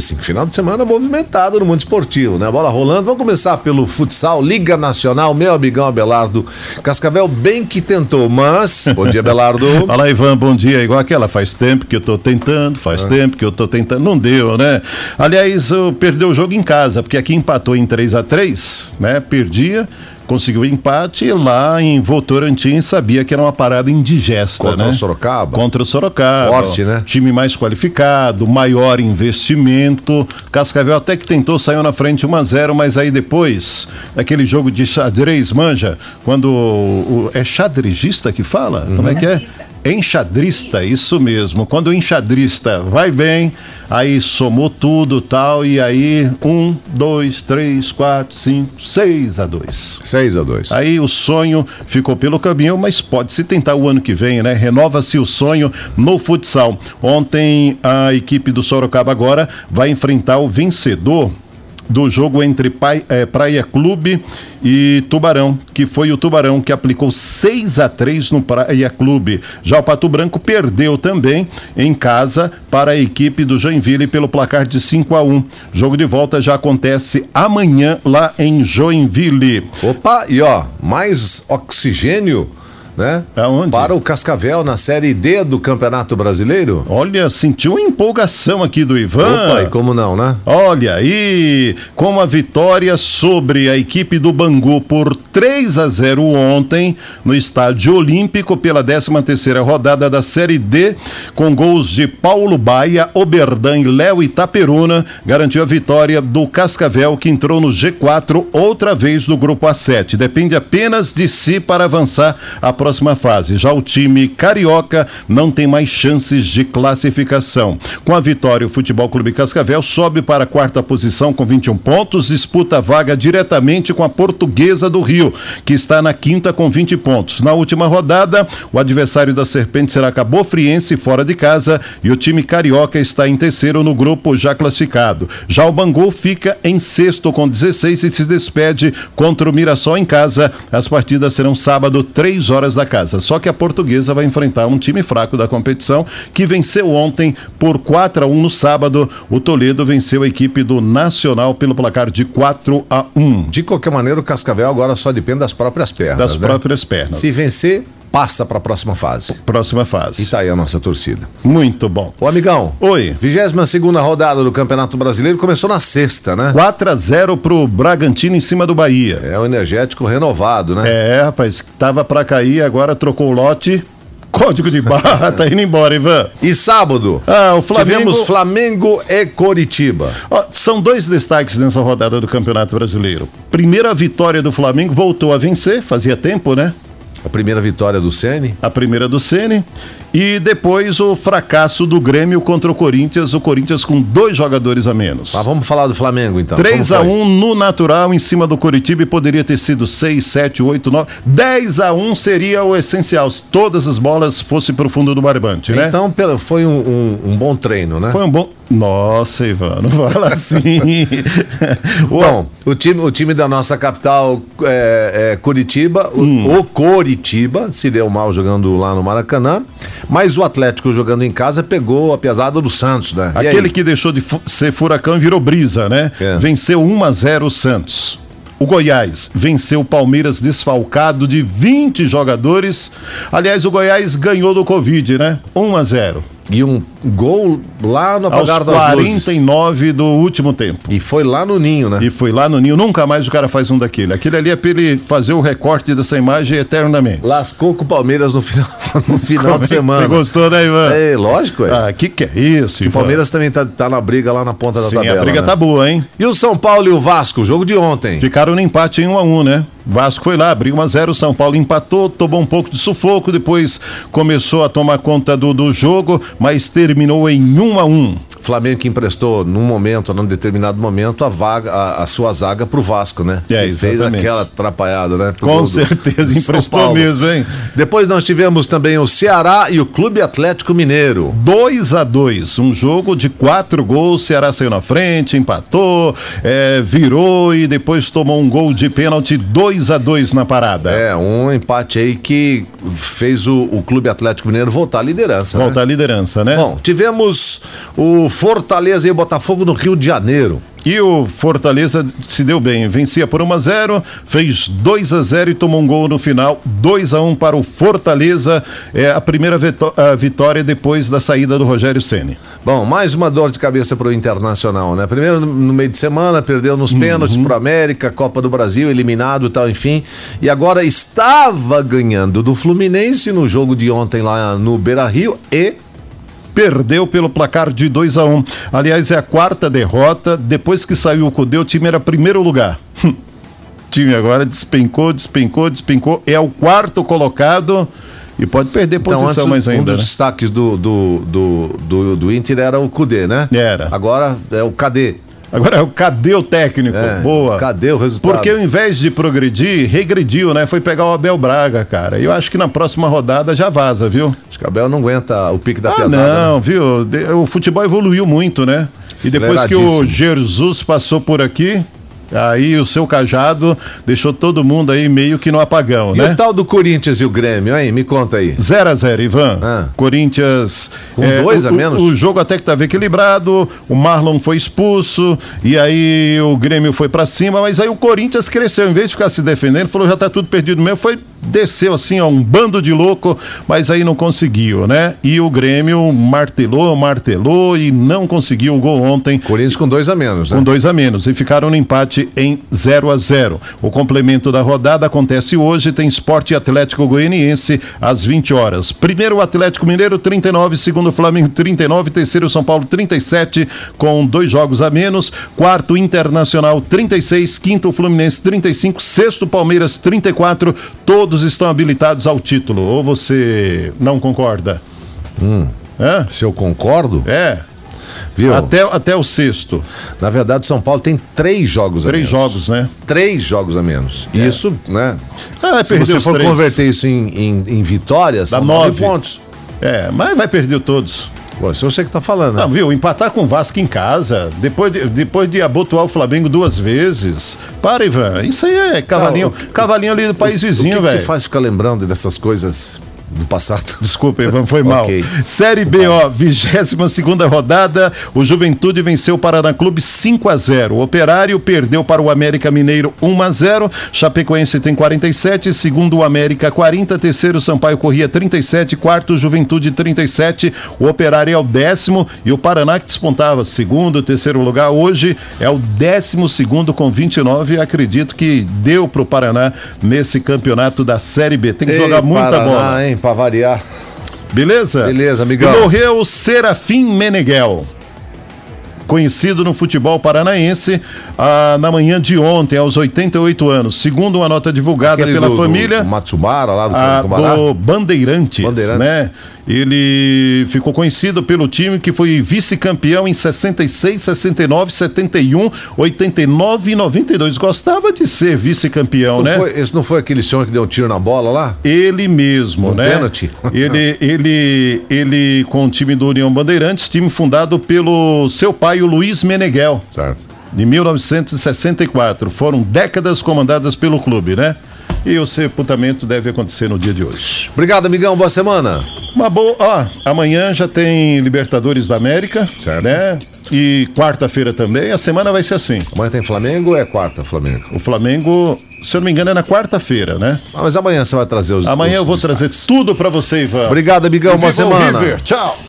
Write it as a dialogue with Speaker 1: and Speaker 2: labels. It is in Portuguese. Speaker 1: 45. Final de semana movimentado no mundo esportivo, né? Bola rolando. Vamos começar pelo futsal, Liga Nacional, meu amigão Abelardo. Cascavel bem que tentou, mas. Bom dia, Abelardo.
Speaker 2: Fala, Ivan, bom dia. Igual aquela, faz tempo que eu tô tentando, faz
Speaker 1: É.
Speaker 2: ah. tempo que eu tô tentando. Não deu, né? Aliás, eu perdeu o jogo em casa, porque aqui empatou em 3 a 3 né? Perdia conseguiu empate e lá em Votorantim sabia que era uma parada indigesta,
Speaker 1: Contra
Speaker 2: né?
Speaker 1: o Sorocaba.
Speaker 2: Contra o Sorocaba.
Speaker 1: Forte, né?
Speaker 2: Time mais qualificado, maior investimento. Cascavel até que tentou, saiu na frente 1 a 0 mas aí depois, aquele jogo de xadrez, manja, quando o, o, é xadrezista que fala? Uhum. Como é que é? Enxadrista, isso mesmo. Quando o enxadrista vai bem, aí somou tudo tal, e aí um, dois, três, quatro, cinco, seis a dois.
Speaker 1: 6 a 2
Speaker 2: Aí o sonho ficou pelo caminho, mas pode se tentar o ano que vem, né? Renova-se o sonho no futsal. Ontem a equipe do Sorocaba agora vai enfrentar o vencedor do jogo entre Pai, é, Praia Clube e Tubarão, que foi o Tubarão que aplicou 6 a 3 no Praia Clube. Já o Pato Branco perdeu também em casa para a equipe do Joinville pelo placar de 5 a 1. Jogo de volta já acontece amanhã lá em Joinville.
Speaker 1: Opa, e ó, mais oxigênio né?
Speaker 2: Aonde?
Speaker 1: Para o Cascavel na Série D do Campeonato Brasileiro.
Speaker 2: Olha, sentiu uma empolgação aqui do Ivan.
Speaker 1: Opa, e como não, né?
Speaker 2: Olha aí, com a vitória sobre a equipe do Bangu por 3 a 0 ontem no Estádio Olímpico pela 13 terceira rodada da Série D, com gols de Paulo Baia, Oberdan e Léo Itaperuna, garantiu a vitória do Cascavel que entrou no G4 outra vez do grupo A7. Depende apenas de si para avançar a próxima próxima fase. Já o time carioca não tem mais chances de classificação. Com a vitória, o Futebol Clube Cascavel sobe para a quarta posição com 21 pontos, disputa a vaga diretamente com a Portuguesa do Rio, que está na quinta com 20 pontos. Na última rodada, o adversário da Serpente será Cabofriense fora de casa e o time carioca está em terceiro no grupo já classificado. Já o Bangu fica em sexto com 16 e se despede contra o Mirassol em casa. As partidas serão sábado, 3 horas da casa. Só que a portuguesa vai enfrentar um time fraco da competição que venceu ontem por 4 a 1 no sábado. O Toledo venceu a equipe do Nacional pelo placar de 4 a 1.
Speaker 1: De qualquer maneira, o Cascavel agora só depende das próprias pernas.
Speaker 2: Das
Speaker 1: né?
Speaker 2: próprias pernas.
Speaker 1: Se vencer, passa para a próxima fase.
Speaker 2: Próxima fase.
Speaker 1: E tá aí a nossa torcida.
Speaker 2: Muito bom.
Speaker 1: Ô, amigão.
Speaker 2: Oi.
Speaker 1: 22 segunda rodada do Campeonato Brasileiro começou na sexta, né?
Speaker 2: 4 a 0 pro Bragantino em cima do Bahia.
Speaker 1: É o um energético renovado, né?
Speaker 2: É, rapaz, tava para cair, agora trocou o lote. Código de barra, tá indo embora, Ivan.
Speaker 1: E sábado?
Speaker 2: Ah, o Flamengo.
Speaker 1: Tivemos Flamengo e Coritiba.
Speaker 2: Ó, são dois destaques nessa rodada do Campeonato Brasileiro. Primeira vitória do Flamengo, voltou a vencer, fazia tempo, né?
Speaker 1: A primeira vitória do Ceni?
Speaker 2: A primeira do Ceni. E depois o fracasso do Grêmio contra o Corinthians, o Corinthians com dois jogadores a menos.
Speaker 1: Mas Ah, vamos falar do Flamengo então.
Speaker 2: 3 a 1 no natural em cima do Coritiba e poderia ter sido 6, 7, 8, 9. 10 a 1 seria o essencial, se todas as bolas fossem para o fundo do barbante, né?
Speaker 1: Então foi um, um, um bom treino, né?
Speaker 2: Foi um bom. Nossa, Ivan, não fala assim.
Speaker 1: Bom, o time, o time da nossa capital é, é Curitiba, hum. o, o Coritiba se deu mal jogando lá no Maracanã, mas o Atlético jogando em casa pegou a pesada do Santos, né?
Speaker 2: E Aquele aí? que deixou de fu ser furacão e virou brisa, né? É. Venceu 1 a 0 o Santos. O Goiás venceu o Palmeiras desfalcado de 20 jogadores. Aliás, o Goiás ganhou do Covid, né? 1 a 0.
Speaker 1: E um gol lá no apagar
Speaker 2: das 49 luzes. do último tempo.
Speaker 1: E foi lá no Ninho, né?
Speaker 2: E foi lá no Ninho. Nunca mais o cara faz um daquele. Aquele ali é pra ele fazer o recorte dessa imagem eternamente.
Speaker 1: Lascou com o Palmeiras no final, no final é de semana. Você
Speaker 2: gostou, né, Ivan?
Speaker 1: É, lógico, é.
Speaker 2: Ah, que que é isso, Ivan?
Speaker 1: O Palmeiras também tá, tá na briga lá na ponta da
Speaker 2: Sim,
Speaker 1: tabela.
Speaker 2: a briga
Speaker 1: né?
Speaker 2: tá boa, hein?
Speaker 1: E o São Paulo e o Vasco, jogo de ontem.
Speaker 2: Ficaram no empate em 1 um a 1 um, né? Vasco foi lá, abriu 1x0, São Paulo empatou, tomou um pouco de sufoco, depois começou a tomar conta do, do jogo, mas terminou em 1x1.
Speaker 1: Flamengo que emprestou num momento, num determinado momento, a, vaga, a, a sua zaga pro Vasco, né?
Speaker 2: É,
Speaker 1: e fez aquela atrapalhada, né?
Speaker 2: Pro Com certeza, do, emprestou mesmo, hein?
Speaker 1: Depois nós tivemos também o Ceará e o Clube Atlético Mineiro.
Speaker 2: 2 a 2 um jogo de quatro gols, o Ceará saiu na frente, empatou, é, virou
Speaker 1: né?
Speaker 2: e depois tomou um gol de pênalti, 2 2 a 2 na parada.
Speaker 1: É, um É, empate aí que fez o, o Clube Atlético Mineiro voltar à liderança.
Speaker 2: Volta
Speaker 1: né?
Speaker 2: à liderança, né?
Speaker 1: Bom, tivemos o Fortaleza e o Botafogo no Rio de Janeiro.
Speaker 2: E o Fortaleza se deu bem, vencia por 1 a 0, fez 2 a 0 e tomou um gol no final, 2 a 1 para o Fortaleza, é a primeira vitó- a vitória depois da saída do Rogério Ceni.
Speaker 1: Bom, mais uma dor de cabeça para o Internacional, né? Primeiro no- no meio de semana, perdeu nos
Speaker 2: Uhum.
Speaker 1: pênaltis para América, Copa do Brasil, eliminado e tal, enfim. E agora estava ganhando do Fluminense no jogo de ontem lá no Beira Rio e
Speaker 2: Perdeu pelo placar de 2 a 1. Aliás, é a quarta derrota depois que saiu o Cudê, o time era primeiro lugar. O time agora despencou, despencou, despencou, é o quarto colocado e pode perder
Speaker 1: Então,
Speaker 2: posição
Speaker 1: antes,
Speaker 2: mais
Speaker 1: um
Speaker 2: ainda,
Speaker 1: dos
Speaker 2: né?
Speaker 1: destaques do, do, do, do, do Inter era o Cudê, né?
Speaker 2: Era.
Speaker 1: Agora é o Cadê?
Speaker 2: Agora, cadê o técnico?
Speaker 1: É,
Speaker 2: Boa.
Speaker 1: Cadê o resultado?
Speaker 2: Porque ao invés de progredir, regrediu, né? Foi pegar o Abel Braga, cara. Eu acho que na próxima rodada já vaza, viu?
Speaker 1: Acho que o Abel não aguenta o pique da
Speaker 2: Ah,
Speaker 1: pesada. né?
Speaker 2: não, viu? De- O futebol evoluiu muito, né? E depois que o
Speaker 1: Aceleradíssimo.
Speaker 2: Jesus passou por aqui, aí o seu cajado deixou todo mundo aí meio que no apagão,
Speaker 1: E
Speaker 2: né?
Speaker 1: o tal do Corinthians e o Grêmio, hein? Me conta aí.
Speaker 2: 0 a 0 Ivan.
Speaker 1: Ah.
Speaker 2: Corinthians. é,
Speaker 1: Com dois
Speaker 2: o-
Speaker 1: a menos?
Speaker 2: O, o jogo até que estava equilibrado, o Marlon foi expulso, e aí o Grêmio foi pra cima, mas aí o Corinthians cresceu. Em vez de ficar se defendendo, falou: já tá tudo perdido mesmo. Foi, desceu assim, ó, um bando de louco, mas aí não conseguiu, né? E o Grêmio martelou, martelou e não conseguiu o gol ontem.
Speaker 1: Corinthians com dois a menos, né?
Speaker 2: Com dois a menos e ficaram no empate em 0 a 0. O complemento da rodada acontece hoje, tem Esporte Atlético Goianiense às 20 horas. Primeiro o Atlético Mineiro 39, segundo o Flamengo 39, terceiro o São Paulo 37 com dois jogos a menos, quarto Internacional 36, quinto o Fluminense 35, sexto o Palmeiras 34. Todos estão habilitados ao título. Ou você não concorda? Hã?
Speaker 1: Se eu concordo,
Speaker 2: É.
Speaker 1: viu?
Speaker 2: Até, até o sexto.
Speaker 1: Na verdade, São Paulo tem três jogos a
Speaker 2: Três
Speaker 1: menos.
Speaker 2: jogos, né?
Speaker 1: Três jogos a menos. Isso, né?
Speaker 2: Ah,
Speaker 1: Se
Speaker 2: perdeu
Speaker 1: você
Speaker 2: os
Speaker 1: for
Speaker 2: três.
Speaker 1: converter isso em, em, em vitórias,
Speaker 2: Dá
Speaker 1: são nove
Speaker 2: nove.
Speaker 1: pontos.
Speaker 2: É, mas vai perder todos.
Speaker 1: Pô, isso eu sei que tá falando, né?
Speaker 2: Não, viu? Empatar com o Vasco em casa, depois de, depois de abotoar o Flamengo duas vezes. Para, Ivan. Isso aí é cavalinho,
Speaker 1: Não, o-
Speaker 2: cavalinho ali do país
Speaker 1: o
Speaker 2: vizinho,
Speaker 1: que, que te
Speaker 2: velho.
Speaker 1: faz ficar lembrando dessas coisas do passado?
Speaker 2: Desculpa, Ivan, foi mal.
Speaker 1: Ok.
Speaker 2: Série B, ó, 22 segunda rodada, o Juventude venceu o Paraná Clube 5 a 0. O Operário perdeu para o América Mineiro 1 a 0. Chapecoense tem 47, segundo o América 40, terceiro Sampaio Corrêa 37, quarto Juventude 37. O Operário é o décimo e o Paraná que despontava segundo, terceiro lugar hoje é o décimo segundo com 29. Acredito que deu para o Paraná nesse campeonato da Série B. Tem que jogar
Speaker 1: Ei,
Speaker 2: muita
Speaker 1: Paraná,
Speaker 2: bola. é
Speaker 1: hein? Pra variar.
Speaker 2: Beleza?
Speaker 1: Beleza, amigão.
Speaker 2: E morreu Serafim Meneghel. Conhecido no futebol paranaense ah, na manhã de ontem, aos 88 anos, segundo uma nota divulgada
Speaker 1: Aquele
Speaker 2: pela
Speaker 1: do- do
Speaker 2: família Ah,
Speaker 1: Matsubara, lá do
Speaker 2: a,
Speaker 1: Cambará.
Speaker 2: do Bandeirantes,
Speaker 1: Bandeirantes.
Speaker 2: né? Ele ficou conhecido pelo time que foi vice-campeão em 66, 69, 71, 89 um, e 92. Gostava de ser vice-campeão,
Speaker 1: Não
Speaker 2: né?
Speaker 1: foi- esse não foi aquele senhor que deu um tiro na bola lá?
Speaker 2: Ele mesmo, né?
Speaker 1: Um pênalti.
Speaker 2: Ele, ele, ele com o time do União Bandeirantes, time fundado pelo seu pai, o Luiz Meneghel,
Speaker 1: Certo.
Speaker 2: de 1964. Foram décadas comandadas pelo clube, né? E o sepultamento deve acontecer no dia de hoje.
Speaker 1: Obrigado, amigão. Boa semana.
Speaker 2: Uma boa. Ó, amanhã já tem Libertadores da América,
Speaker 1: Certo.
Speaker 2: né? E quarta-feira também. A semana vai ser assim.
Speaker 1: Amanhã tem Flamengo ou é quarta, Flamengo?
Speaker 2: O Flamengo, se eu não me engano, é na quarta-feira, né?
Speaker 1: Ah, mas amanhã você vai trazer os.
Speaker 2: Amanhã
Speaker 1: os
Speaker 2: eu vou
Speaker 1: destaques.
Speaker 2: trazer tudo pra você, Ivan.
Speaker 1: Obrigado, amigão. Boa
Speaker 2: Viva o
Speaker 1: semana.
Speaker 2: River. Tchau.